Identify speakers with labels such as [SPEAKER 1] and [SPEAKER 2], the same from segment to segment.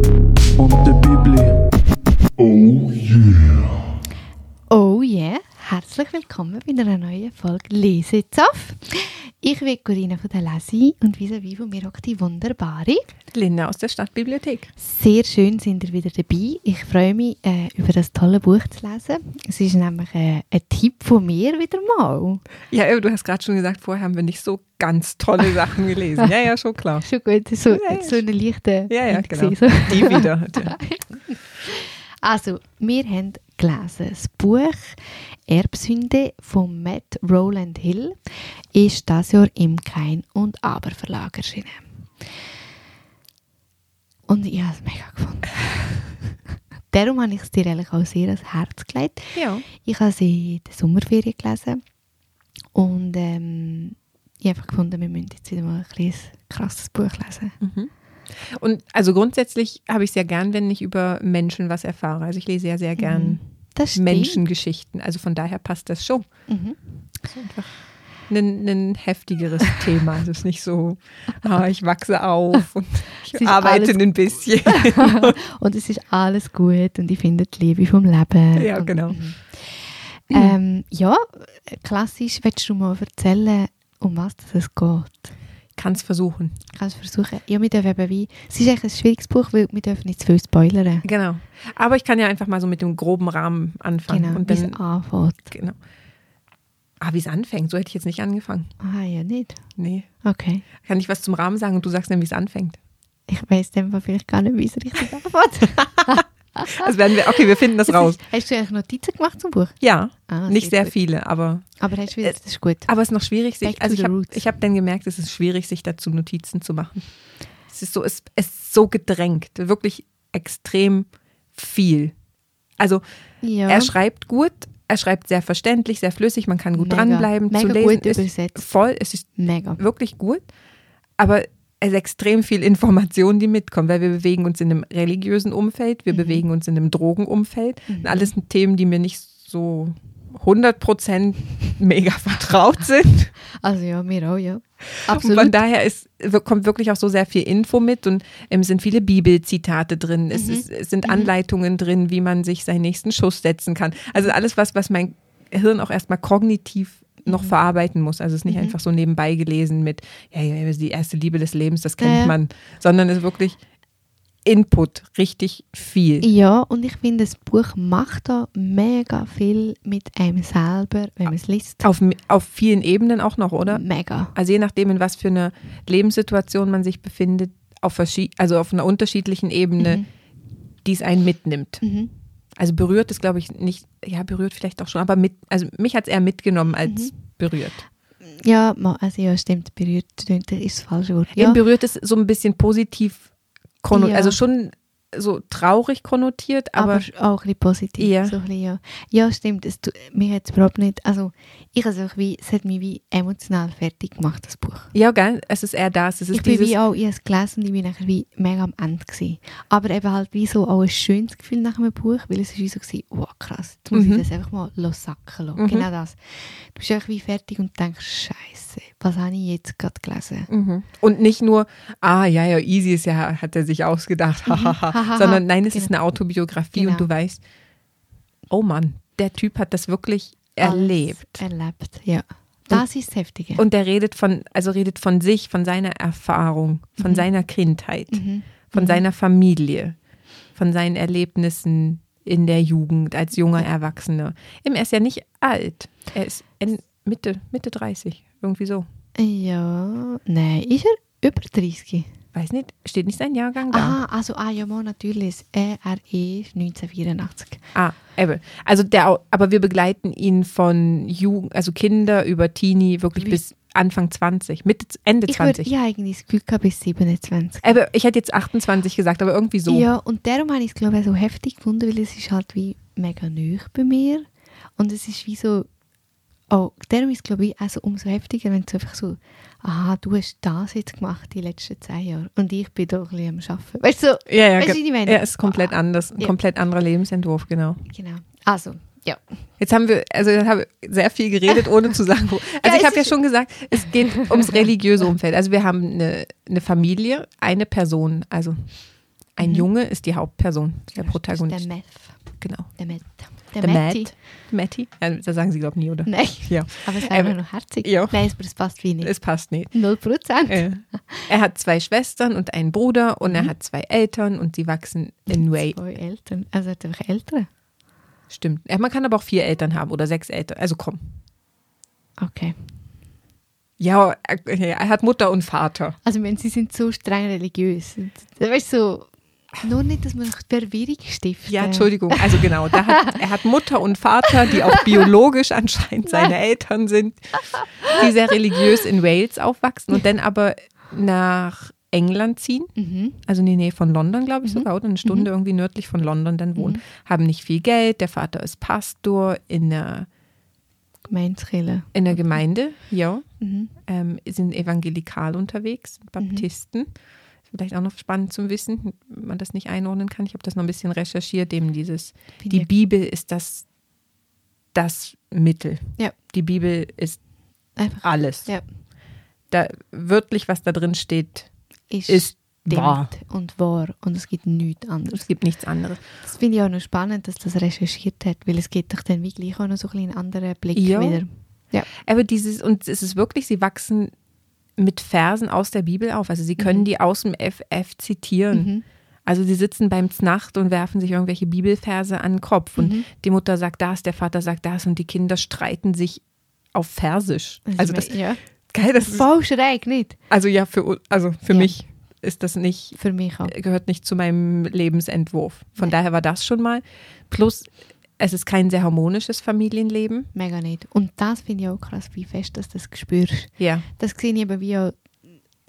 [SPEAKER 1] Oh willkommen bei einer neuen Folge «Lese jetzt auf». Ich bin Corinna von der Lesi und vis-à-vis von mir hockt die Wunderbare.
[SPEAKER 2] Linda aus der Stadtbibliothek.
[SPEAKER 1] Sehr schön sind ihr wieder dabei. Ich freue mich, äh, über das tolle Buch zu lesen. Es ist nämlich äh, ein Tipp von mir wieder mal.
[SPEAKER 2] Ja, aber du hast gerade schon gesagt, vorher haben wir nicht so ganz tolle Sachen gelesen. Ja, ja, schon klar.
[SPEAKER 1] Schon gut, so,
[SPEAKER 2] Ja, ja.
[SPEAKER 1] so eine leichte...
[SPEAKER 2] Ja, ja,
[SPEAKER 1] Hint
[SPEAKER 2] genau.
[SPEAKER 1] gewesen, so.
[SPEAKER 2] Die wieder. Ja.
[SPEAKER 1] Also, wir haben gelesen, das Buch «Erbsünde» von Matt Rowland Hill ist das Jahr im Kein und Aber Verlag erschienen. Und ich habe es mega gefunden. Darum habe ich es dir eigentlich auch sehr ans Herz gelegt.
[SPEAKER 2] ja.
[SPEAKER 1] Ich habe sie in der Sommerferien gelesen und ähm, ich habe einfach gefunden, wir müssen jetzt wieder mal ein kleines, krasses Buch lesen.
[SPEAKER 2] Mhm. Und also grundsätzlich habe ich sehr gern, wenn ich über Menschen was erfahre. Also ich lese ja sehr
[SPEAKER 1] Mhm.
[SPEAKER 2] gern
[SPEAKER 1] Das stimmt.
[SPEAKER 2] Menschengeschichten. Also von daher passt das schon.
[SPEAKER 1] Mhm.
[SPEAKER 2] Ein, ein heftigeres Thema. Also Es ist nicht so, ah, ich wachse auf und
[SPEAKER 1] Es
[SPEAKER 2] ich
[SPEAKER 1] ist
[SPEAKER 2] arbeite
[SPEAKER 1] alles-
[SPEAKER 2] ein bisschen.
[SPEAKER 1] und es ist alles gut und ich finde die Liebe vom Leben.
[SPEAKER 2] Ja,
[SPEAKER 1] Und-
[SPEAKER 2] genau.
[SPEAKER 1] Mhm. Ähm, ja, klassisch, willst du mal erzählen, um was das es geht?
[SPEAKER 2] Kann es versuchen.
[SPEAKER 1] Kannst du versuchen? Ja, wir dürfen eben wie... Es ist eigentlich ein schwieriges Buch, weil wir dürfen nicht zu viel spoilern.
[SPEAKER 2] Genau. Aber ich kann ja einfach mal so mit dem groben Rahmen anfangen.
[SPEAKER 1] Genau,
[SPEAKER 2] und
[SPEAKER 1] wie es
[SPEAKER 2] dann
[SPEAKER 1] anfängt.
[SPEAKER 2] Genau. Ah, wie es anfängt. So hätte ich jetzt nicht angefangen.
[SPEAKER 1] Ah, ja, nicht.
[SPEAKER 2] Nee.
[SPEAKER 1] Okay.
[SPEAKER 2] Kann ich was zum Rahmen sagen und du sagst dann, wie es anfängt?
[SPEAKER 1] Ich weiss dem Fall vielleicht gar nicht, wie es richtig anfängt. Ah.
[SPEAKER 2] Also werden wir, okay, wir finden das raus.
[SPEAKER 1] Hast du eigentlich Notizen gemacht zum Buch?
[SPEAKER 2] Ja,
[SPEAKER 1] Ah,
[SPEAKER 2] nicht sehr Äh,
[SPEAKER 1] gut.
[SPEAKER 2] viele, aber,
[SPEAKER 1] Aber hast du wieder, das ist gut.
[SPEAKER 2] aber es ist noch schwierig,
[SPEAKER 1] Back
[SPEAKER 2] sich,
[SPEAKER 1] to
[SPEAKER 2] also ich
[SPEAKER 1] the
[SPEAKER 2] habe
[SPEAKER 1] roots.
[SPEAKER 2] ich hab dann gemerkt, es ist schwierig, sich dazu Notizen zu machen. Es ist so, es, es ist so gedrängt, wirklich extrem viel. Also
[SPEAKER 1] Ja.
[SPEAKER 2] er schreibt gut, er schreibt sehr verständlich, sehr flüssig, man kann gut
[SPEAKER 1] Mega.
[SPEAKER 2] dranbleiben, zu
[SPEAKER 1] Mega
[SPEAKER 2] lesen
[SPEAKER 1] gut
[SPEAKER 2] ist
[SPEAKER 1] übersetzt.
[SPEAKER 2] voll, es ist
[SPEAKER 1] Mega.
[SPEAKER 2] wirklich gut, aber es ist extrem viel Information, die mitkommt, weil wir bewegen uns in einem religiösen Umfeld, wir bewegen uns in einem Drogenumfeld. Und alles sind Themen, die mir nicht so 100% mega vertraut sind.
[SPEAKER 1] Also ja, mir auch, ja.
[SPEAKER 2] Und von
[SPEAKER 1] Absolut.
[SPEAKER 2] daher ist, wir- kommt wirklich auch so sehr viel Info mit und ähm, sind viele Bibelzitate drin. Es,
[SPEAKER 1] Mhm.
[SPEAKER 2] ist, es sind Anleitungen drin, wie man sich seinen nächsten Schuss setzen kann. Also alles, was, was mein Hirn auch erstmal kognitiv noch
[SPEAKER 1] Mhm.
[SPEAKER 2] verarbeiten muss. Also es ist nicht einfach so nebenbei gelesen mit, ja, ja, ja, die erste Liebe des Lebens, das kennt
[SPEAKER 1] Ja.
[SPEAKER 2] man, sondern es ist wirklich Input, richtig viel.
[SPEAKER 1] Ja, und ich finde, das Buch macht da mega viel mit einem selber, wenn man es liest.
[SPEAKER 2] Auf, auf vielen Ebenen auch noch, oder?
[SPEAKER 1] Mega.
[SPEAKER 2] Also je nachdem, in was für einer Lebenssituation man sich befindet, auf verschi- also auf einer unterschiedlichen Ebene, die es einen mitnimmt.
[SPEAKER 1] Mhm.
[SPEAKER 2] Also berührt ist, glaube ich, nicht, ja, berührt vielleicht auch schon, aber mit, also mich hat es eher mitgenommen als
[SPEAKER 1] Mhm.
[SPEAKER 2] berührt.
[SPEAKER 1] Ja, ma- also ja, stimmt, berührt tönt- ist das falsche Wort. Ja,
[SPEAKER 2] In berührt ist so ein bisschen positiv konnotiert,
[SPEAKER 1] Ja.
[SPEAKER 2] also schon so traurig konnotiert, aber,
[SPEAKER 1] aber auch ein bisschen positiv.
[SPEAKER 2] Ja.
[SPEAKER 1] So ein bisschen, ja. ja, stimmt, es, tu- mir hat es überhaupt nicht, also ich also wie, es hat mich wie emotional fertig gemacht, das Buch.
[SPEAKER 2] ja, gell, es ist eher das. Es ist
[SPEAKER 1] Ich bin
[SPEAKER 2] dieses,
[SPEAKER 1] wie auch, ich habe es gelesen und ich bin nachher wie mega am Ende gewesen. Aber eben halt wie so auch ein schönes Gefühl nach einem Buch, weil es war wie so, gewesen, wow krass, jetzt muss
[SPEAKER 2] Mhm.
[SPEAKER 1] ich das einfach mal los sacken lassen.
[SPEAKER 2] Mhm.
[SPEAKER 1] Genau das. Du bist einfach wie fertig und denkst, scheiße, was habe ich jetzt gerade gelesen?
[SPEAKER 2] Mhm. Und nicht nur, ah ja, ja, easy ist ja, hat er sich
[SPEAKER 1] Mhm.
[SPEAKER 2] ausgedacht, hahaha, sondern nein, es ist eine Autobiografie
[SPEAKER 1] Genau.
[SPEAKER 2] und du weißt, oh Mann, der Typ hat das wirklich erlebt.
[SPEAKER 1] Alles erlebt, ja. Das ist das Heftige.
[SPEAKER 2] Und der redet von, also redet von sich, von seiner Erfahrung, von
[SPEAKER 1] Mhm.
[SPEAKER 2] seiner Kindheit, von seiner Familie, von seinen Erlebnissen in der Jugend als junger Erwachsener. Eben, Er ist ja nicht alt. Er ist en- Mitte, Mitte 30, irgendwie so.
[SPEAKER 1] ja, nein, ist er über 30?
[SPEAKER 2] Weiß nicht, steht nicht sein Jahrgang da.
[SPEAKER 1] Aha, also, ah ja, mal natürlich, äh, er ist 1984.
[SPEAKER 2] Ah, eben. Also der, au- aber wir begleiten ihn von Jugend, also Kinder über Teenie wirklich
[SPEAKER 1] Wie-
[SPEAKER 2] bis Anfang 20, Mitte, Ende
[SPEAKER 1] Ich würde
[SPEAKER 2] 20.
[SPEAKER 1] ja eigentlich das Gefühl gehabt, bis 27.
[SPEAKER 2] Eben, ich hätte jetzt 28 gesagt, aber irgendwie so.
[SPEAKER 1] Ja, und darum habe ich es, glaube ich, auch so heftig gefunden, weil es ist halt wie mega neu bei mir. Und es ist wie so, oh, darum ist es, glaube ich, also umso heftiger, wenn es einfach so, aha, du hast das jetzt gemacht die letzten zehn Jahre und ich bin da ein bisschen am Arbeiten. Weißt du, so,
[SPEAKER 2] ja, ja,
[SPEAKER 1] Weißt du,
[SPEAKER 2] ge-
[SPEAKER 1] wie ich meine?
[SPEAKER 2] ja, ist komplett
[SPEAKER 1] Ah,
[SPEAKER 2] anders, ein
[SPEAKER 1] ja.
[SPEAKER 2] komplett anderer Lebensentwurf, genau.
[SPEAKER 1] genau. Also, ja.
[SPEAKER 2] Jetzt haben wir, also jetzt haben wir sehr viel geredet, ohne zu sagen, wo. Also
[SPEAKER 1] Ja,
[SPEAKER 2] ich
[SPEAKER 1] es
[SPEAKER 2] habe ja
[SPEAKER 1] ist-
[SPEAKER 2] schon gesagt, es geht ums religiöse Umfeld. Also wir haben eine, eine Familie, eine Person, also ein Junge ist die Hauptperson, der
[SPEAKER 1] Das Mhm. ist
[SPEAKER 2] Protagonist.
[SPEAKER 1] Der Meth.
[SPEAKER 2] Genau.
[SPEAKER 1] Der Meth. Der, Matti.
[SPEAKER 2] Matti. Ja, da sagen sie, glaube ich, nie, oder?
[SPEAKER 1] Nein,
[SPEAKER 2] Ja.
[SPEAKER 1] aber es war immer
[SPEAKER 2] Ähm,
[SPEAKER 1] noch herzig.
[SPEAKER 2] ja.
[SPEAKER 1] Nein, aber es passt wie nicht.
[SPEAKER 2] Es passt nicht.
[SPEAKER 1] Null Prozent.
[SPEAKER 2] Äh, Er hat zwei Schwestern und einen Bruder und
[SPEAKER 1] Mhm.
[SPEAKER 2] er hat zwei Eltern und die wachsen in Way.
[SPEAKER 1] Zwei Eltern. Also er hat einfach Eltern.
[SPEAKER 2] Stimmt. Ja, man kann aber auch vier Eltern haben oder sechs Eltern. Also komm.
[SPEAKER 1] Okay.
[SPEAKER 2] Ja, er- er hat Mutter und Vater.
[SPEAKER 1] Also wenn sie sind so streng religiös. Und, weißt du, so, nur nicht, dass man noch Verwirrung stiftet.
[SPEAKER 2] Ja, Entschuldigung. Also genau, da hat, er hat Mutter und Vater, die auch biologisch anscheinend seine Eltern sind, die sehr religiös in Wales aufwachsen und dann aber nach England ziehen,
[SPEAKER 1] Mhm.
[SPEAKER 2] also in die Nähe von London, glaube ich sogar, oder eine Stunde irgendwie nördlich von London dann wohnen, haben nicht viel Geld, der Vater ist Pastor in einer,
[SPEAKER 1] Gemeinskille.
[SPEAKER 2] in einer Gemeinde, ja,
[SPEAKER 1] Mhm.
[SPEAKER 2] ähm, sind evangelikal unterwegs, Baptisten. Vielleicht auch noch spannend zum Wissen, wenn man das nicht einordnen kann. Ich habe das noch ein bisschen recherchiert, eben dieses
[SPEAKER 1] Bin
[SPEAKER 2] die
[SPEAKER 1] ja-
[SPEAKER 2] Bibel ist das, das Mittel.
[SPEAKER 1] Ja.
[SPEAKER 2] Die Bibel ist
[SPEAKER 1] Einfach
[SPEAKER 2] alles.
[SPEAKER 1] Ja.
[SPEAKER 2] Da, wörtlich, was da drin steht,
[SPEAKER 1] ist,
[SPEAKER 2] ist
[SPEAKER 1] stimmt
[SPEAKER 2] wahr.
[SPEAKER 1] und wahr. Und es gibt nichts anderes.
[SPEAKER 2] Es gibt nichts anderes.
[SPEAKER 1] Das finde ich auch noch spannend, dass das recherchiert hat, weil es gibt doch dann wie gleich auch noch so ein bisschen einen anderen Blick
[SPEAKER 2] Ja.
[SPEAKER 1] wieder.
[SPEAKER 2] Aber dieses, und es ist wirklich, sie wachsen mit Versen aus der Bibel auf. Also sie können die aus dem FF zitieren.
[SPEAKER 1] Mhm.
[SPEAKER 2] Also sie sitzen beim Znacht und werfen sich irgendwelche Bibelverse an den Kopf. Und
[SPEAKER 1] Mhm.
[SPEAKER 2] die Mutter sagt das, der Vater sagt das und die Kinder streiten sich auf Persisch. Also das,
[SPEAKER 1] ja.
[SPEAKER 2] geil, das ist,
[SPEAKER 1] Voll schräg, nicht?
[SPEAKER 2] also ja, für, u- also für
[SPEAKER 1] Ja.
[SPEAKER 2] mich ist das nicht
[SPEAKER 1] Für mich auch.
[SPEAKER 2] gehört nicht zu meinem Lebensentwurf. Von daher war das schon mal. Plus, es ist kein sehr harmonisches Familienleben.
[SPEAKER 1] Mega nicht. Und das finde ich auch krass, wie fest dass du das spürst.
[SPEAKER 2] Ja.
[SPEAKER 1] Das sehe ich eben wie auch,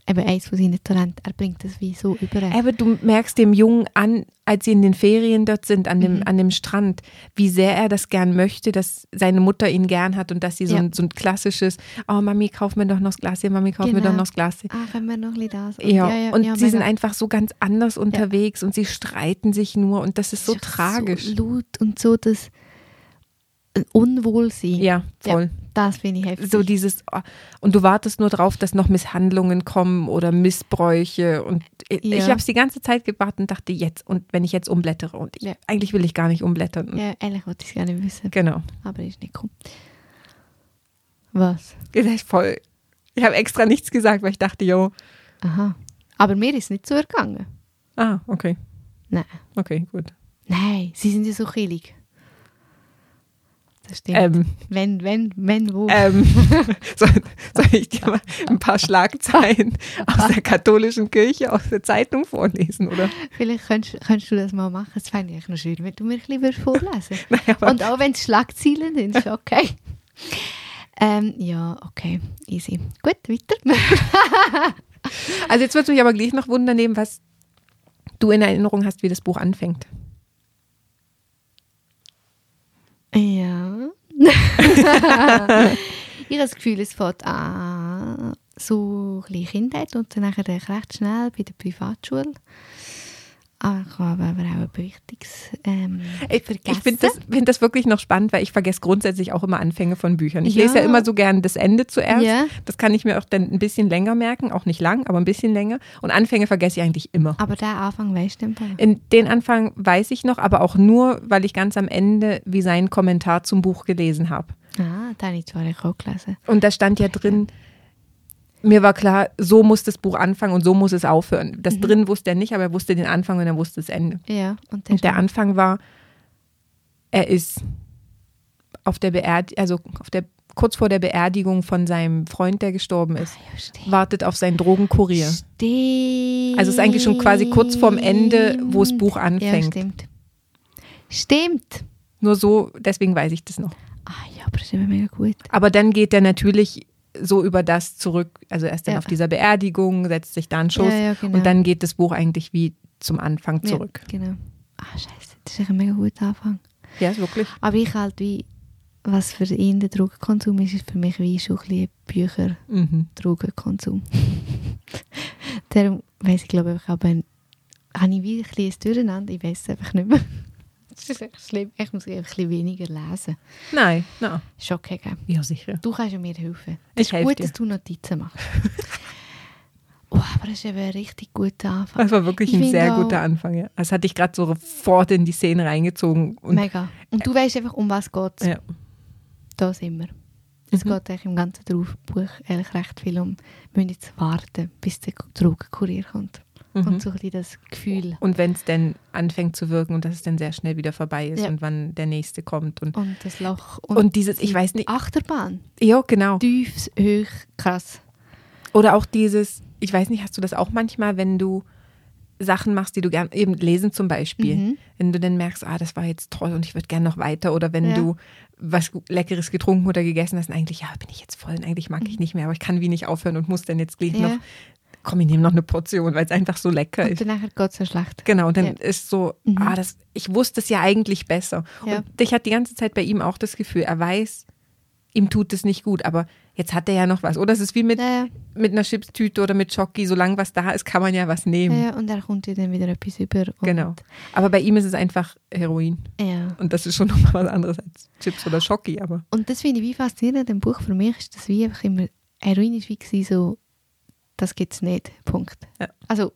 [SPEAKER 1] eben eins von seinen Talenten, er bringt das wie so über.
[SPEAKER 2] Aber du merkst dem Jungen an, als sie in den Ferien dort sind, an dem, an dem Strand, wie sehr er das gern möchte, dass seine Mutter ihn gern hat und dass sie so,
[SPEAKER 1] Ja.
[SPEAKER 2] ein, so ein klassisches, oh Mami, kauf mir doch noch das Glas hier, Mami, kauf mir
[SPEAKER 1] Genau.
[SPEAKER 2] doch noch das Glas hier.
[SPEAKER 1] Ah, können wir noch ein bisschen das? Und-
[SPEAKER 2] Ja, und sie sind
[SPEAKER 1] mega.
[SPEAKER 2] einfach so ganz anders unterwegs und sie streiten sich nur und das ist so
[SPEAKER 1] Es ist
[SPEAKER 2] tragisch.
[SPEAKER 1] So laut und so das Unwohlsein.
[SPEAKER 2] ja, voll.
[SPEAKER 1] Das finde ich heftig.
[SPEAKER 2] so dieses oh, und du wartest nur drauf, dass noch Misshandlungen kommen oder Missbräuche und ich,
[SPEAKER 1] Ja.
[SPEAKER 2] ich habe es die ganze Zeit gewartet und dachte jetzt und wenn ich jetzt umblättere und ich,
[SPEAKER 1] Ja.
[SPEAKER 2] eigentlich will ich gar nicht umblättern.
[SPEAKER 1] ja, ehrlich wollte ich es gar nicht wissen,
[SPEAKER 2] Genau.
[SPEAKER 1] aber ist nicht gekommen. Was?
[SPEAKER 2] Das ist voll. Ich habe extra nichts gesagt, weil ich dachte, jo,
[SPEAKER 1] Aha. Aber mir ist nicht so ergangen.
[SPEAKER 2] ah, okay,
[SPEAKER 1] Nein.
[SPEAKER 2] okay, gut.
[SPEAKER 1] Nein, sie sind ja so chillig. Das stimmt.
[SPEAKER 2] Ähm,
[SPEAKER 1] Wenn, wenn, wenn, wo.
[SPEAKER 2] ähm, soll, soll ich dir mal ein paar Schlagzeilen aus der katholischen Kirche aus der Zeitung vorlesen, oder?
[SPEAKER 1] Vielleicht könntest, könntest du das mal machen. Das fände ich noch schön, wenn du mir ein bisschen würdest vorlesen
[SPEAKER 2] Naja, aber
[SPEAKER 1] Und auch wenn es Schlagzeilen sind, ist okay. ähm, ja, okay. Easy. Gut, weiter.
[SPEAKER 2] Also jetzt würde mich aber gleich noch wundern nehmen, was du in Erinnerung hast, wie das Buch anfängt.
[SPEAKER 1] ja. ich habe das Gefühl, es fängt an, so ein bisschen Kindheit und dann nachher recht schnell bei der Privatschule. Ah, Ich habe aber auch etwas Wichtiges ähm,
[SPEAKER 2] Ich, ich
[SPEAKER 1] vergessen.
[SPEAKER 2] finde das, find das wirklich noch spannend, weil ich vergesse grundsätzlich auch immer Anfänge von Büchern. Ich
[SPEAKER 1] Ja.
[SPEAKER 2] lese ja immer so gern das Ende zuerst.
[SPEAKER 1] Ja.
[SPEAKER 2] Das kann ich mir auch dann ein bisschen länger merken, auch nicht lang, aber ein bisschen länger. Und Anfänge vergesse ich eigentlich immer.
[SPEAKER 1] Aber der Anfang weißt du einfach.
[SPEAKER 2] In den Anfang weiß ich noch, aber auch nur, weil ich ganz am Ende wie seinen Kommentar zum Buch gelesen habe.
[SPEAKER 1] Ah, den habe ich zwar auch gelesen.
[SPEAKER 2] Und da stand ja drin, mir war klar, so muss das Buch anfangen und so muss es aufhören. Das drin wusste er nicht, aber er wusste den Anfang und er wusste das Ende.
[SPEAKER 1] Ja, und dann
[SPEAKER 2] Und der Anfang war, er ist auf der Beerd also auf der kurz vor der Beerdigung von seinem Freund, der gestorben ist,
[SPEAKER 1] Ja, stimmt.
[SPEAKER 2] wartet auf seinen Drogenkurier.
[SPEAKER 1] Stimmt.
[SPEAKER 2] Also es ist eigentlich schon quasi kurz vorm Ende, wo das Buch
[SPEAKER 1] Ja,
[SPEAKER 2] anfängt.
[SPEAKER 1] stimmt. Stimmt.
[SPEAKER 2] Nur so, deswegen weiß ich das noch.
[SPEAKER 1] Ah ja, aber das ist immer mega gut.
[SPEAKER 2] Aber dann geht er natürlich so über das zurück, also erst dann
[SPEAKER 1] Ja.
[SPEAKER 2] auf dieser Beerdigung, setzt sich da einen Schuss
[SPEAKER 1] Ja, ja, genau.
[SPEAKER 2] und dann geht das Buch eigentlich wie zum Anfang
[SPEAKER 1] Ja,
[SPEAKER 2] zurück.
[SPEAKER 1] genau. Ah, scheiße, das ist echt ein mega guter Anfang.
[SPEAKER 2] Ja, ist wirklich.
[SPEAKER 1] Aber ich halt wie, was für ihn der Drogenkonsum ist, ist für mich wie schon ein bisschen Bücher
[SPEAKER 2] Mhm.
[SPEAKER 1] Drogenkonsum. Darum weiss ich glaube ich, aber habe ich wie ein bisschen ein Durcheinander, ich weiß es einfach nicht mehr. Das ist echt schlimm. Ich muss einfach ein bisschen weniger lesen.
[SPEAKER 2] Nein, na.
[SPEAKER 1] Ist okay, gell?
[SPEAKER 2] Ja, sicher.
[SPEAKER 1] Du kannst ja mir helfen.
[SPEAKER 2] Ich helfe
[SPEAKER 1] Gut,
[SPEAKER 2] dir.
[SPEAKER 1] dass du Notizen machst. Oh, aber das ist eben ein richtig guter Anfang.
[SPEAKER 2] Das war wirklich
[SPEAKER 1] Ich
[SPEAKER 2] ein
[SPEAKER 1] find
[SPEAKER 2] sehr
[SPEAKER 1] auch-
[SPEAKER 2] guter Anfang. Ja. Das hatte ich gerade sofort in die Szene reingezogen. Und äh,
[SPEAKER 1] Mega. Und du weißt einfach, um was geht es.
[SPEAKER 2] Ja. Mhm.
[SPEAKER 1] Da sind wir. Es geht eigentlich im ganzen Draufbuch ehrlich recht viel um, wir müssen jetzt warten, bis der Drogenkurier kommt. Und so ein bisschen das Gefühl.
[SPEAKER 2] mhm. Und wenn es denn anfängt zu wirken und dass es dann sehr schnell wieder vorbei ist
[SPEAKER 1] Ja.
[SPEAKER 2] und wann der nächste kommt. Und,
[SPEAKER 1] Und das Loch.
[SPEAKER 2] und, dieses, ich weiß nicht,
[SPEAKER 1] Achterbahn.
[SPEAKER 2] ja, genau.
[SPEAKER 1] Tiefs, hoch, krass.
[SPEAKER 2] Oder auch dieses, ich weiß nicht, hast du das auch manchmal, wenn du Sachen machst, die du gern eben lesen zum Beispiel,
[SPEAKER 1] Mhm.
[SPEAKER 2] wenn du dann merkst, ah, das war jetzt toll und ich würde gern noch weiter oder wenn
[SPEAKER 1] Ja.
[SPEAKER 2] du was Leckeres getrunken oder gegessen hast und eigentlich, ja, bin ich jetzt voll und eigentlich mag ich nicht mehr, aber ich kann wie nicht aufhören und muss dann jetzt gleich
[SPEAKER 1] Mhm. Ja.
[SPEAKER 2] noch, komm, ich nehme noch eine Portion, weil es einfach so lecker ist.
[SPEAKER 1] Und danach geht es ja schlecht.
[SPEAKER 2] Genau, und dann
[SPEAKER 1] Ja.
[SPEAKER 2] ist so,
[SPEAKER 1] Mhm.
[SPEAKER 2] ah, das, ich wusste es ja eigentlich besser.
[SPEAKER 1] Ja.
[SPEAKER 2] Und ich hatte die ganze Zeit bei ihm auch das Gefühl, er weiß, ihm tut es nicht gut, aber jetzt hat er ja noch was. Oder es ist wie mit,
[SPEAKER 1] Ja, ja.
[SPEAKER 2] mit einer Chipstüte oder mit Schoki, solange was da ist, kann man ja was nehmen.
[SPEAKER 1] Ja, und dann kommt ja dann wieder etwas über. Und,
[SPEAKER 2] Genau. Aber bei ihm ist es einfach Heroin.
[SPEAKER 1] Ja.
[SPEAKER 2] Und das ist schon nochmal was anderes als Chips oder Schoki, aber
[SPEAKER 1] Und das finde ich wie faszinierend im Buch für mich, ist das wie einfach immer, Heroin ist wie gewesen, so, das gibt es nicht, Punkt.
[SPEAKER 2] Ja.
[SPEAKER 1] Also,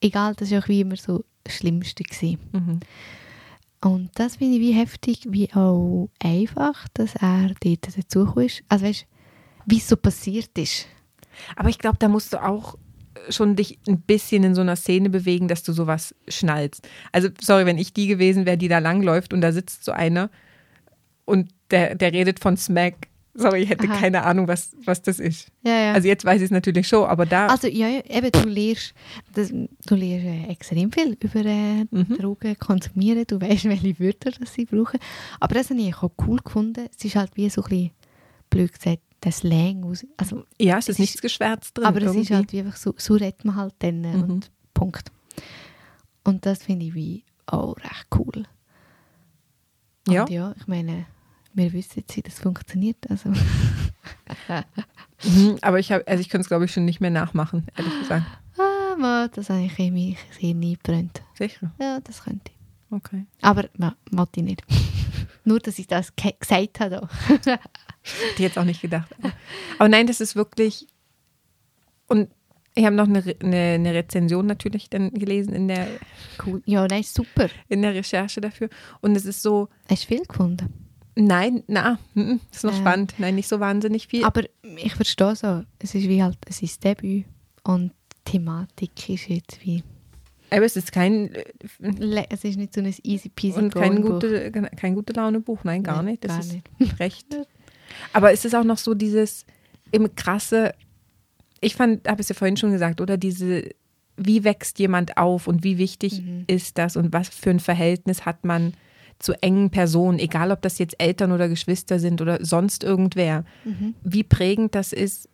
[SPEAKER 1] egal, das ist auch wie immer so das Schlimmste gewesen.
[SPEAKER 2] mhm.
[SPEAKER 1] Und das finde ich wie heftig, wie auch einfach, dass er dort dazu ist. Also weißt wie es so passiert ist.
[SPEAKER 2] Aber ich glaube, da musst du auch schon dich ein bisschen in so einer Szene bewegen, dass du sowas schnallst. Also, sorry, wenn ich die gewesen wäre, die da langläuft und da sitzt so einer und der, der redet von Smack. Sorry, ich hätte
[SPEAKER 1] Aha.
[SPEAKER 2] keine Ahnung, was, was das ist.
[SPEAKER 1] Ja, ja.
[SPEAKER 2] Also jetzt weiß ich es natürlich schon, aber da,
[SPEAKER 1] Also ja, ja, eben, du lernst, das, du lernst äh, extrem viel über äh, Drogen konsumieren, du weißt, welche Wörter das sie brauchen. Aber das habe ich auch cool gefunden. Es ist halt wie so ein bisschen, blöd gesagt, das Slang. aus- Also,
[SPEAKER 2] ja, es ist
[SPEAKER 1] es
[SPEAKER 2] nichts geschwärzt drin.
[SPEAKER 1] aber es ist
[SPEAKER 2] irgendwie.
[SPEAKER 1] halt wie einfach so, so redet man halt dann äh, und Punkt. Und das finde ich wie auch recht cool.
[SPEAKER 2] Ja.
[SPEAKER 1] Und ja, ich meine, wir wissen jetzt, wie das funktioniert. Also,
[SPEAKER 2] Mhm, aber ich, hab- also ich könnte es, glaube ich, schon nicht mehr nachmachen, ehrlich gesagt.
[SPEAKER 1] ah, Mann, das habe ich in mein Hirn eingebrannt.
[SPEAKER 2] Sicher.
[SPEAKER 1] Ja, das könnte ich.
[SPEAKER 2] Okay.
[SPEAKER 1] Aber ma, wollte ich nicht. Nur, dass ich das ge gesagt habe.
[SPEAKER 2] Hätte ich jetzt auch nicht gedacht. Aber- Aber nein, das ist wirklich. Und ich habe noch eine, Re- eine, eine Rezension natürlich dann gelesen in der,
[SPEAKER 1] Cool. Ja, nein, super.
[SPEAKER 2] in der Recherche dafür. Und es ist so,
[SPEAKER 1] Hast du viel gefunden.
[SPEAKER 2] nein, na, mm, ist noch
[SPEAKER 1] Ja.
[SPEAKER 2] spannend. Nein, nicht so wahnsinnig viel.
[SPEAKER 1] Aber ich verstehe so, es ist wie halt sein Debüt. Und die Thematik ist jetzt wie...
[SPEAKER 2] Aber es ist kein, äh,
[SPEAKER 1] Le- Es ist nicht so ein easy peasy
[SPEAKER 2] und kein,
[SPEAKER 1] Go-Buch.
[SPEAKER 2] gute, kein gute Laune Buch. Nein, gar
[SPEAKER 1] Nein,
[SPEAKER 2] nicht. Das
[SPEAKER 1] gar
[SPEAKER 2] ist recht. Aber es ist auch noch so dieses im krasse, ich fand, habe es ja vorhin schon gesagt, oder diese, wie wächst jemand auf und wie wichtig ist das und was für ein Verhältnis hat man zu engen Personen, egal ob das jetzt Eltern oder Geschwister sind oder sonst irgendwer, wie prägend das ist,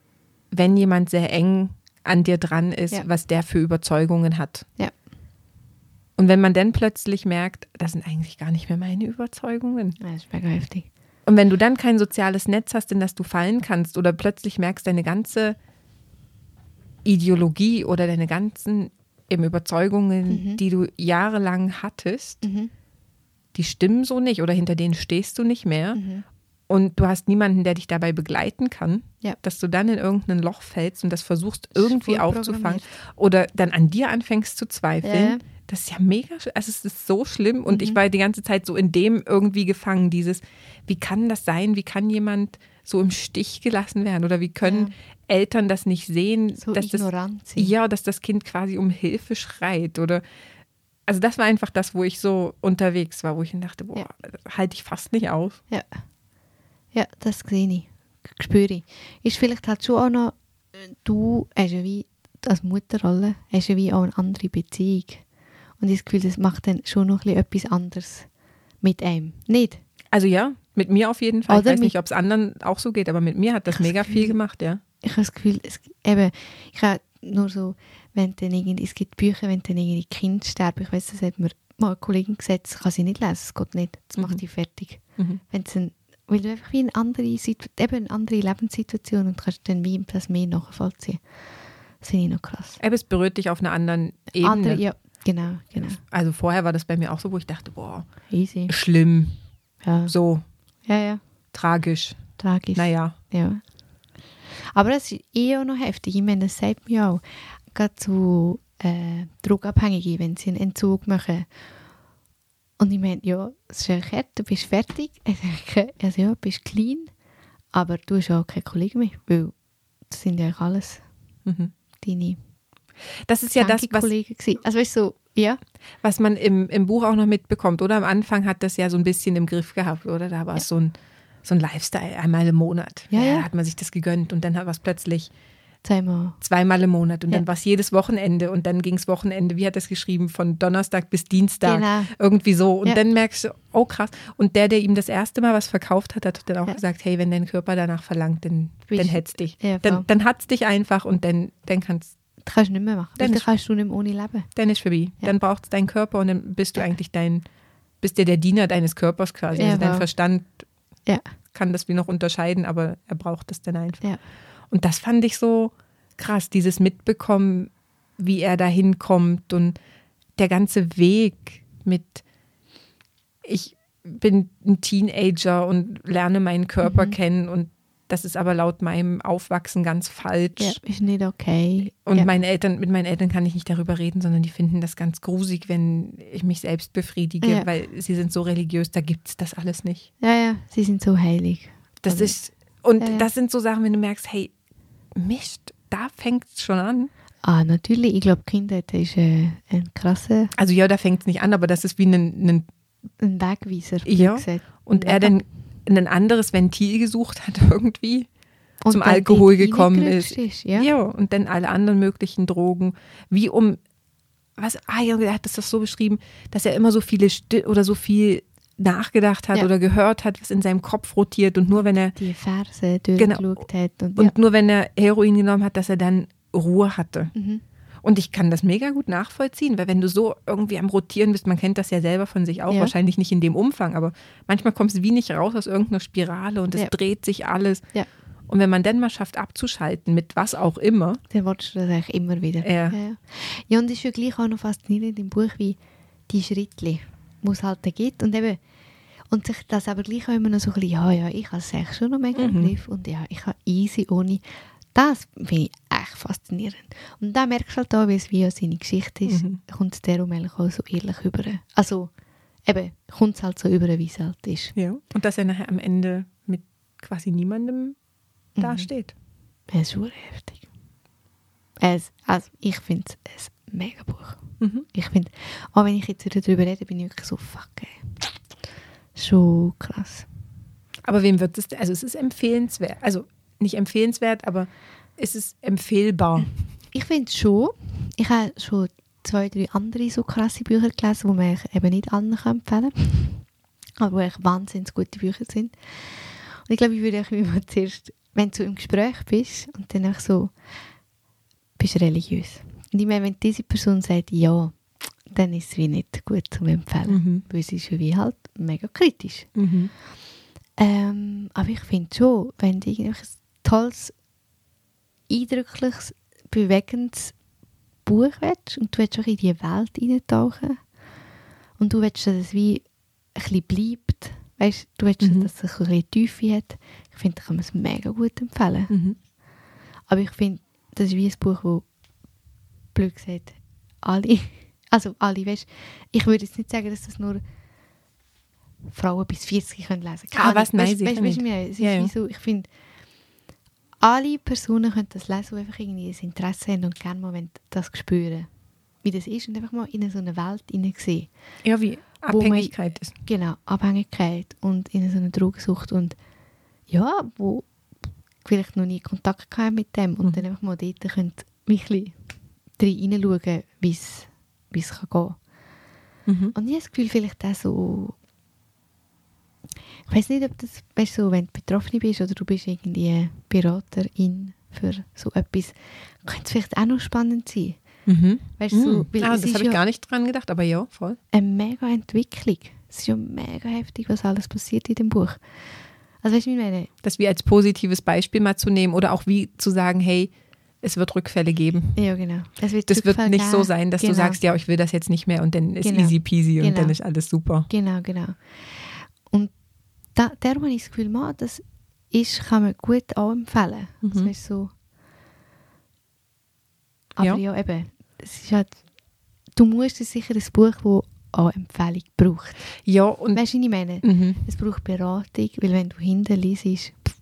[SPEAKER 2] wenn jemand sehr eng an dir dran ist,
[SPEAKER 1] Ja.
[SPEAKER 2] was der für Überzeugungen hat.
[SPEAKER 1] Ja.
[SPEAKER 2] Und wenn man dann plötzlich merkt, das sind eigentlich gar nicht mehr meine Überzeugungen.
[SPEAKER 1] Ja, das ist mega heftig.
[SPEAKER 2] Und wenn du dann kein soziales Netz hast, in das du fallen kannst oder plötzlich merkst, deine ganze Ideologie oder deine ganzen eben Überzeugungen,
[SPEAKER 1] Mhm.
[SPEAKER 2] die du jahrelang hattest, die stimmen so nicht oder hinter denen stehst du nicht mehr
[SPEAKER 1] Mhm.
[SPEAKER 2] und du hast niemanden, der dich dabei begleiten kann,
[SPEAKER 1] Ja.
[SPEAKER 2] dass du dann in irgendein Loch fällst und das versuchst irgendwie
[SPEAKER 1] voll
[SPEAKER 2] aufzufangen oder dann an dir anfängst zu zweifeln.
[SPEAKER 1] Ja.
[SPEAKER 2] Das ist ja mega, sch- also es ist so schlimm und
[SPEAKER 1] Mhm.
[SPEAKER 2] ich war die ganze Zeit so in dem irgendwie gefangen, dieses, wie kann das sein, wie kann jemand so im Stich gelassen werden oder wie können Eltern das nicht sehen,
[SPEAKER 1] So
[SPEAKER 2] dass
[SPEAKER 1] ignorant
[SPEAKER 2] das,
[SPEAKER 1] sind.
[SPEAKER 2] ja, dass das Kind quasi um Hilfe schreit oder also das war einfach das, wo ich so unterwegs war, wo ich dann dachte, boah, halte ich fast nicht auf.
[SPEAKER 1] Ja. Ja, das sehe ich. Spüre ich. Ist vielleicht halt schon auch noch, du hast ja wie, als Mutterrolle, hast ja wie auch eine andere Beziehung. Und ich habe das Gefühl, das macht dann schon noch ein bisschen etwas anderes mit einem. Nicht?
[SPEAKER 2] Also ja, mit mir auf jeden Fall.
[SPEAKER 1] Oder
[SPEAKER 2] ich weiß
[SPEAKER 1] mit-
[SPEAKER 2] nicht, ob es anderen auch so geht, aber mit mir hat das mega viel gemacht, ja.
[SPEAKER 1] Ich habe das Gefühl, es, eben, ich habe nur so, wenn dann irgendwie, es gibt Bücher, wenn dann irgendwie Kinder sterben, ich weiß, das hat mir mal eine Kollegin gesagt, das kann sie nicht lesen, es geht nicht, das macht sie fertig.
[SPEAKER 2] Mhm.
[SPEAKER 1] Wenn's dann, weil du einfach wie eine andere, Situ eben eine andere Lebenssituation und kannst dann wie das mehr nachvollziehen. Das finde ich noch krass.
[SPEAKER 2] Aber es berührt dich auf einer anderen Ebene.
[SPEAKER 1] Andere, ja, genau, genau.
[SPEAKER 2] Also vorher war das bei mir auch so, wo ich dachte, boah,
[SPEAKER 1] Easy.
[SPEAKER 2] schlimm,
[SPEAKER 1] Ja,
[SPEAKER 2] so
[SPEAKER 1] ja, ja.
[SPEAKER 2] tragisch.
[SPEAKER 1] tragisch.
[SPEAKER 2] Naja,
[SPEAKER 1] Ja. Aber das ist eh auch noch heftig. Ich meine, das sagt mir auch, gerade zu äh, Drogenabhängigen, wenn sie einen Entzug machen. Und ich meine, ja, es ist erklärt, du bist fertig. Ich denke, also ja, du bist clean, aber du hast auch keine Kollegen mehr, weil das sind ja eigentlich alles
[SPEAKER 2] Mhm.
[SPEAKER 1] deine
[SPEAKER 2] Das ist ja das, was,
[SPEAKER 1] Kollegen gewesen. Also weißt du, so, ja,
[SPEAKER 2] was man im, im Buch auch noch mitbekommt. Oder am Anfang hat das ja so ein bisschen im Griff gehabt, oder? Da war es so ein, so ein Lifestyle, einmal im Monat.
[SPEAKER 1] Ja, ja.
[SPEAKER 2] Da hat man sich das gegönnt und dann war es plötzlich
[SPEAKER 1] sagen wir,
[SPEAKER 2] zweimal im Monat und
[SPEAKER 1] Ja.
[SPEAKER 2] dann war es jedes Wochenende und dann ging es Wochenende, wie hat das geschrieben, von Donnerstag bis Dienstag,
[SPEAKER 1] Genau.
[SPEAKER 2] irgendwie so. Und
[SPEAKER 1] Ja.
[SPEAKER 2] dann merkst du, oh krass. Und der, der ihm das erste Mal was verkauft hat, hat dann auch
[SPEAKER 1] Ja.
[SPEAKER 2] gesagt, hey, wenn dein Körper danach verlangt, dann,
[SPEAKER 1] Bist-
[SPEAKER 2] dann hetzt dich.
[SPEAKER 1] Ja, voll.
[SPEAKER 2] dann dann hat's dich einfach und dann, dann kannst
[SPEAKER 1] das kannst du nicht mehr machen.
[SPEAKER 2] Dann
[SPEAKER 1] Dann
[SPEAKER 2] ist-
[SPEAKER 1] kannst du nicht mehr ohne leben.
[SPEAKER 2] dann ist vorbei.
[SPEAKER 1] Ja.
[SPEAKER 2] Dann braucht es deinen Körper und dann bist du
[SPEAKER 1] Ja.
[SPEAKER 2] eigentlich dein, bist dir der Diener deines Körpers quasi.
[SPEAKER 1] Ja,
[SPEAKER 2] also dein
[SPEAKER 1] wow.
[SPEAKER 2] Verstand
[SPEAKER 1] Ja.
[SPEAKER 2] kann das wie noch unterscheiden, aber er braucht das dann einfach.
[SPEAKER 1] Ja.
[SPEAKER 2] Und das fand ich so krass, dieses Mitbekommen, wie er da hinkommt und der ganze Weg mit, ich bin ein Teenager und lerne meinen Körper
[SPEAKER 1] Mhm.
[SPEAKER 2] kennen und das ist aber laut meinem Aufwachsen ganz falsch.
[SPEAKER 1] ja, ist nicht okay.
[SPEAKER 2] Und
[SPEAKER 1] ja.
[SPEAKER 2] meine Eltern, mit meinen Eltern kann ich nicht darüber reden, sondern die finden das ganz grusig, wenn ich mich selbst befriedige,
[SPEAKER 1] Ja.
[SPEAKER 2] weil sie sind so religiös, da gibt es das alles nicht.
[SPEAKER 1] ja, ja, sie sind so heilig.
[SPEAKER 2] Das
[SPEAKER 1] Also-
[SPEAKER 2] ist, und
[SPEAKER 1] Ja, ja.
[SPEAKER 2] das sind so Sachen, wenn du merkst, hey, Mist, da fängt es schon an.
[SPEAKER 1] Ah, natürlich, ich glaube, Kindheit ist äh, ein krasser
[SPEAKER 2] Also ja, da fängt es nicht an, aber das ist wie ein, ein
[SPEAKER 1] ein Wegweiser. wie
[SPEAKER 2] Ja.
[SPEAKER 1] gesagt.
[SPEAKER 2] und er dann ein anderes Ventil gesucht hat irgendwie.
[SPEAKER 1] Und
[SPEAKER 2] zum
[SPEAKER 1] dann
[SPEAKER 2] Alkohol
[SPEAKER 1] dort
[SPEAKER 2] gekommen
[SPEAKER 1] reingerutscht Ja.
[SPEAKER 2] Ja. und dann alle anderen möglichen Drogen, wie um, was, ah ja, er hat das doch so beschrieben, dass er immer so viele Sti oder so viel nachgedacht hat
[SPEAKER 1] Ja.
[SPEAKER 2] oder gehört hat, was in seinem Kopf rotiert und nur wenn er,
[SPEAKER 1] Die Verse durchgeschaut hat. Und,
[SPEAKER 2] Genau. und nur wenn er Heroin genommen hat, dass er dann Ruhe hatte.
[SPEAKER 1] ja. Mhm.
[SPEAKER 2] Und ich kann das mega gut nachvollziehen, weil wenn du so irgendwie am Rotieren bist, man kennt das ja selber von sich auch,
[SPEAKER 1] Ja.
[SPEAKER 2] wahrscheinlich nicht in dem Umfang, aber manchmal kommst du wie nicht raus aus irgendeiner Spirale und es
[SPEAKER 1] Ja.
[SPEAKER 2] dreht sich alles.
[SPEAKER 1] Ja.
[SPEAKER 2] Und wenn man dann mal schafft abzuschalten mit was auch immer,
[SPEAKER 1] Dann wolltest du das eigentlich immer wieder.
[SPEAKER 2] Ja.
[SPEAKER 1] Ja, ja. ja und es ist ja gleich auch noch faszinierend im Buch, wie die Schritte, die es halt da gibt. Und eben, und sich das aber gleich auch immer noch so ein bisschen, ja, ja, ich habe Sex schon noch mega im
[SPEAKER 2] Mhm.
[SPEAKER 1] Griff und ja, ich habe easy ohne. Das finde ich echt faszinierend. Und da merkst du halt auch, wie es wie auch seine Geschichte ist,
[SPEAKER 2] Mhm.
[SPEAKER 1] kommt es darum eigentlich auch so ehrlich über. Also, eben, kommt es halt so über, wie es halt ist.
[SPEAKER 2] Ja. Und dass er nachher am Ende mit quasi niemandem
[SPEAKER 1] Mhm.
[SPEAKER 2] dasteht.
[SPEAKER 1] Es ist schon heftig. Es, also, ich finde es ein mega Buch.
[SPEAKER 2] Mhm.
[SPEAKER 1] Ich finde, auch wenn ich jetzt wieder darüber rede, bin ich wirklich so, fuck, ey. Schon krass.
[SPEAKER 2] Aber wem wird es, also es ist empfehlenswert, also nicht empfehlenswert, aber es ist empfehlbar.
[SPEAKER 1] Ich finde schon, ich habe schon zwei, drei andere so krasse Bücher gelesen, die man eben nicht anderen kann empfehlen kann. Aber die echt wahnsinnig gute Bücher sind. Und ich glaube, ich würde euch mal zuerst, wenn du im Gespräch bist und dann auch so, bist du religiös. Und ich meine, wenn diese Person sagt, ja, dann ist es wie nicht gut zum Empfehlen.
[SPEAKER 2] Mhm.
[SPEAKER 1] Weil sie ist ja wie halt mega kritisch.
[SPEAKER 2] Mhm.
[SPEAKER 1] Ähm, aber ich finde schon, wenn du irgendwelches tolles, eindrückliches, bewegendes Buch willst und du willst auch in die Welt eintauchen und du willst, dass es wie ein bisschen bleibt, weißt, du willst,
[SPEAKER 2] Mhm.
[SPEAKER 1] dass es ein bisschen Tiefe hat, ich finde, da kann man es mega gut empfehlen.
[SPEAKER 2] Mhm.
[SPEAKER 1] Aber ich finde, das ist wie ein Buch, wo blöd gesagt, alle, also alle, weißt, ich würde jetzt nicht sagen, dass das nur Frauen bis 40 können lesen
[SPEAKER 2] Ah, was? Nein,
[SPEAKER 1] weißt,
[SPEAKER 2] sicher
[SPEAKER 1] weißt,
[SPEAKER 2] nicht.
[SPEAKER 1] weißt, weißt, es
[SPEAKER 2] Ja,
[SPEAKER 1] ist
[SPEAKER 2] ja.
[SPEAKER 1] wie so, ich finde, alle Personen können das lesen, die einfach irgendwie ein Interesse haben und gerne mal wollen das spüren, wie das ist und einfach mal in so eine Welt hineinsehen.
[SPEAKER 2] Ja, wie
[SPEAKER 1] Wo man-
[SPEAKER 2] Abhängigkeit ist.
[SPEAKER 1] Genau, Abhängigkeit und in so eine Drogensucht und ja, wo vielleicht noch nie Kontakt gehabt haben mit dem und
[SPEAKER 2] Mhm.
[SPEAKER 1] dann einfach mal dort könnt mich ein bisschen reinschauen, wie es wie es kann gehen.
[SPEAKER 2] Mhm.
[SPEAKER 1] Und ich habe das Gefühl, vielleicht auch so ich weiß nicht, ob das, weißt du, so, wenn du Betroffene bist oder du bist irgendwie Beraterin für so etwas, könnte es vielleicht auch noch spannend sein.
[SPEAKER 2] Mhm.
[SPEAKER 1] Weißt du, so, weil
[SPEAKER 2] ah,
[SPEAKER 1] es
[SPEAKER 2] das
[SPEAKER 1] ist
[SPEAKER 2] habe ich
[SPEAKER 1] ja-
[SPEAKER 2] gar nicht dran gedacht, aber ja, voll.
[SPEAKER 1] eine mega Entwicklung. Es ist ja mega heftig, was alles passiert in dem Buch. Also weißt du, wie ich meine,
[SPEAKER 2] Das wie als positives Beispiel mal zu nehmen oder auch wie zu sagen, hey, es wird Rückfälle geben.
[SPEAKER 1] ja genau. Es wird
[SPEAKER 2] Das wird
[SPEAKER 1] Zufall
[SPEAKER 2] nicht so
[SPEAKER 1] geben.
[SPEAKER 2] sein, dass du
[SPEAKER 1] Genau.
[SPEAKER 2] sagst, ja, ich will das jetzt nicht mehr und dann ist
[SPEAKER 1] Genau.
[SPEAKER 2] easy peasy und
[SPEAKER 1] Genau.
[SPEAKER 2] dann ist alles super.
[SPEAKER 1] Genau, genau. Und da, darum habe ich das Gefühl, man, das ist, kann man gut auch empfehlen. Also
[SPEAKER 2] Mhm.
[SPEAKER 1] ist so. Aber ja. eben, es ist halt, du musst es sicher ein Buch, das auch Empfehlung braucht.
[SPEAKER 2] Ja, und
[SPEAKER 1] Weißt du, was ich meine?
[SPEAKER 2] mhm.
[SPEAKER 1] Es braucht Beratung, weil wenn du hinten liest, pff,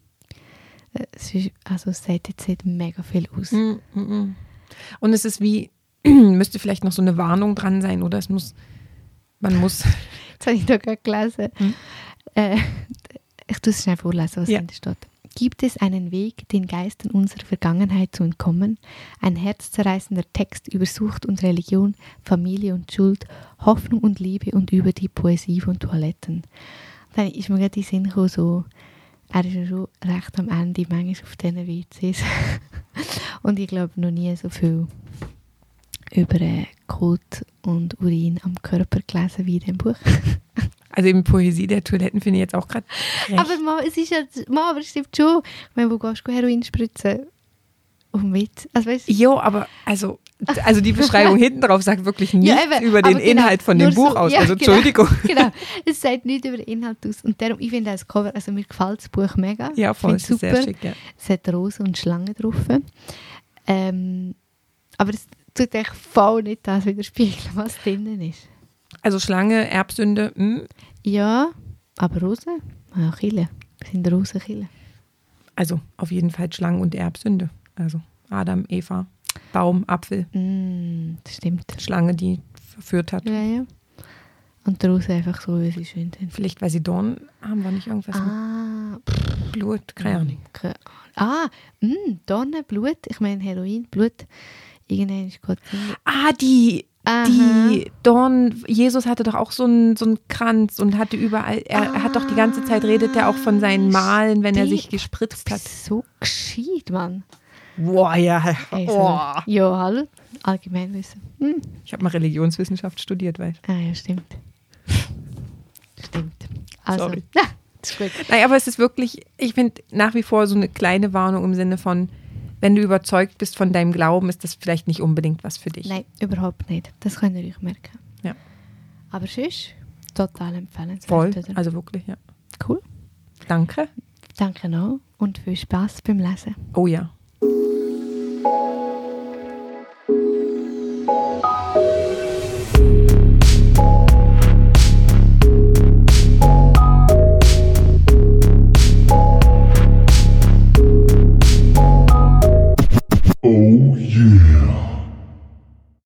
[SPEAKER 1] äh, es ist, also es sagt jetzt nicht mega viel aus.
[SPEAKER 2] Mm, mm,
[SPEAKER 1] mhm.
[SPEAKER 2] mm. Und es ist wie, müsste vielleicht noch so eine Warnung dran sein, oder? Es muss, man muss.
[SPEAKER 1] Das habe ich da gerade gelesen.
[SPEAKER 2] Mhm.
[SPEAKER 1] Äh, ich tue es schnell vorlesen, was
[SPEAKER 2] Ja.
[SPEAKER 1] hinten steht. Gibt es einen Weg, den Geistern unserer Vergangenheit zu entkommen? Ein herzzerreißender Text über Sucht und Religion, Familie und Schuld, Hoffnung und Liebe und über die Poesie von Toiletten. Dann ist mir gerade in den Sinn gekommen, so, er ist ja schon recht am Ende, manchmal auf diesen WCs. und ich glaube noch nie so viel über äh, Kot und Urin am Körper gelesen wie in dem Buch.
[SPEAKER 2] Also eben Poesie der Toiletten finde ich jetzt auch gerade. recht.
[SPEAKER 1] Aber mal, es ist ja, mal, aber es stimmt schon. Ich meine, wo gehst du Heroin spritzen? Und mit. Also, weißt, du-
[SPEAKER 2] Jo, aber also, also die Beschreibung hinten drauf sagt wirklich nichts
[SPEAKER 1] Ja, eben,
[SPEAKER 2] über den
[SPEAKER 1] aber genau,
[SPEAKER 2] Inhalt von
[SPEAKER 1] nur
[SPEAKER 2] dem
[SPEAKER 1] so,
[SPEAKER 2] Buch aus.
[SPEAKER 1] ja,
[SPEAKER 2] also
[SPEAKER 1] genau.
[SPEAKER 2] Entschuldigung.
[SPEAKER 1] genau. Es sagt nichts über den Inhalt aus. Und darum, ich finde das Cover, also mir gefällt das Buch mega.
[SPEAKER 2] Ja, voll,
[SPEAKER 1] Ich
[SPEAKER 2] es
[SPEAKER 1] find's
[SPEAKER 2] ist sehr
[SPEAKER 1] super.
[SPEAKER 2] schick. Ja.
[SPEAKER 1] Es hat Rosen und Schlangen drauf. Ähm, aber es tut echt voll nicht das widerspiegeln, was drinnen ist.
[SPEAKER 2] Also Schlange, Erbsünde, mm.
[SPEAKER 1] Ja, aber Rosen? Ja, Chile. Sind Rosenchille.
[SPEAKER 2] also auf jeden Fall Schlangen und Erbsünde. Also Adam, Eva, Baum, Apfel,
[SPEAKER 1] Mm, das stimmt.
[SPEAKER 2] Schlange, die verführt hat.
[SPEAKER 1] Ja, ja. Und die Rosen einfach so, wie sie schön sind.
[SPEAKER 2] Vielleicht, weil sie Dornen haben, war nicht irgendwas
[SPEAKER 1] Ah,
[SPEAKER 2] mit Blut, keine Ahnung.
[SPEAKER 1] Keine Ahnung. Ah, mh, Donner, Blut. Ich meine Heroin, Blut. Irgendwann ist Gott.
[SPEAKER 2] Ah, die,
[SPEAKER 1] Aha.
[SPEAKER 2] die Dorn, Jesus hatte doch auch so einen, so einen Kranz und hatte überall, er hat doch die ganze Zeit, redet er auch von seinen Malen, wenn er sich
[SPEAKER 1] stimmt.
[SPEAKER 2] gespritzt hat.
[SPEAKER 1] So gescheit, Mann.
[SPEAKER 2] Boah, ja. Oh.
[SPEAKER 1] Ey, so- Ja, hallo. Allgemeinwissen. Hm.
[SPEAKER 2] Ich habe mal Religionswissenschaft studiert, weißt
[SPEAKER 1] Ah, ja, stimmt. stimmt. Also,
[SPEAKER 2] Sorry.
[SPEAKER 1] na, ist gut.
[SPEAKER 2] du. Naja, aber es ist wirklich, ich finde nach wie vor so eine kleine Warnung im Sinne von, wenn du überzeugt bist von deinem Glauben, ist das vielleicht nicht unbedingt was für dich.
[SPEAKER 1] Nein, überhaupt nicht. Das könnt ihr euch merken.
[SPEAKER 2] Ja.
[SPEAKER 1] Aber sonst, total empfehlenswert.
[SPEAKER 2] Voll,
[SPEAKER 1] oder?
[SPEAKER 2] also wirklich, ja.
[SPEAKER 1] Cool.
[SPEAKER 2] Danke.
[SPEAKER 1] Danke noch und viel Spaß beim Lesen.
[SPEAKER 2] Oh ja.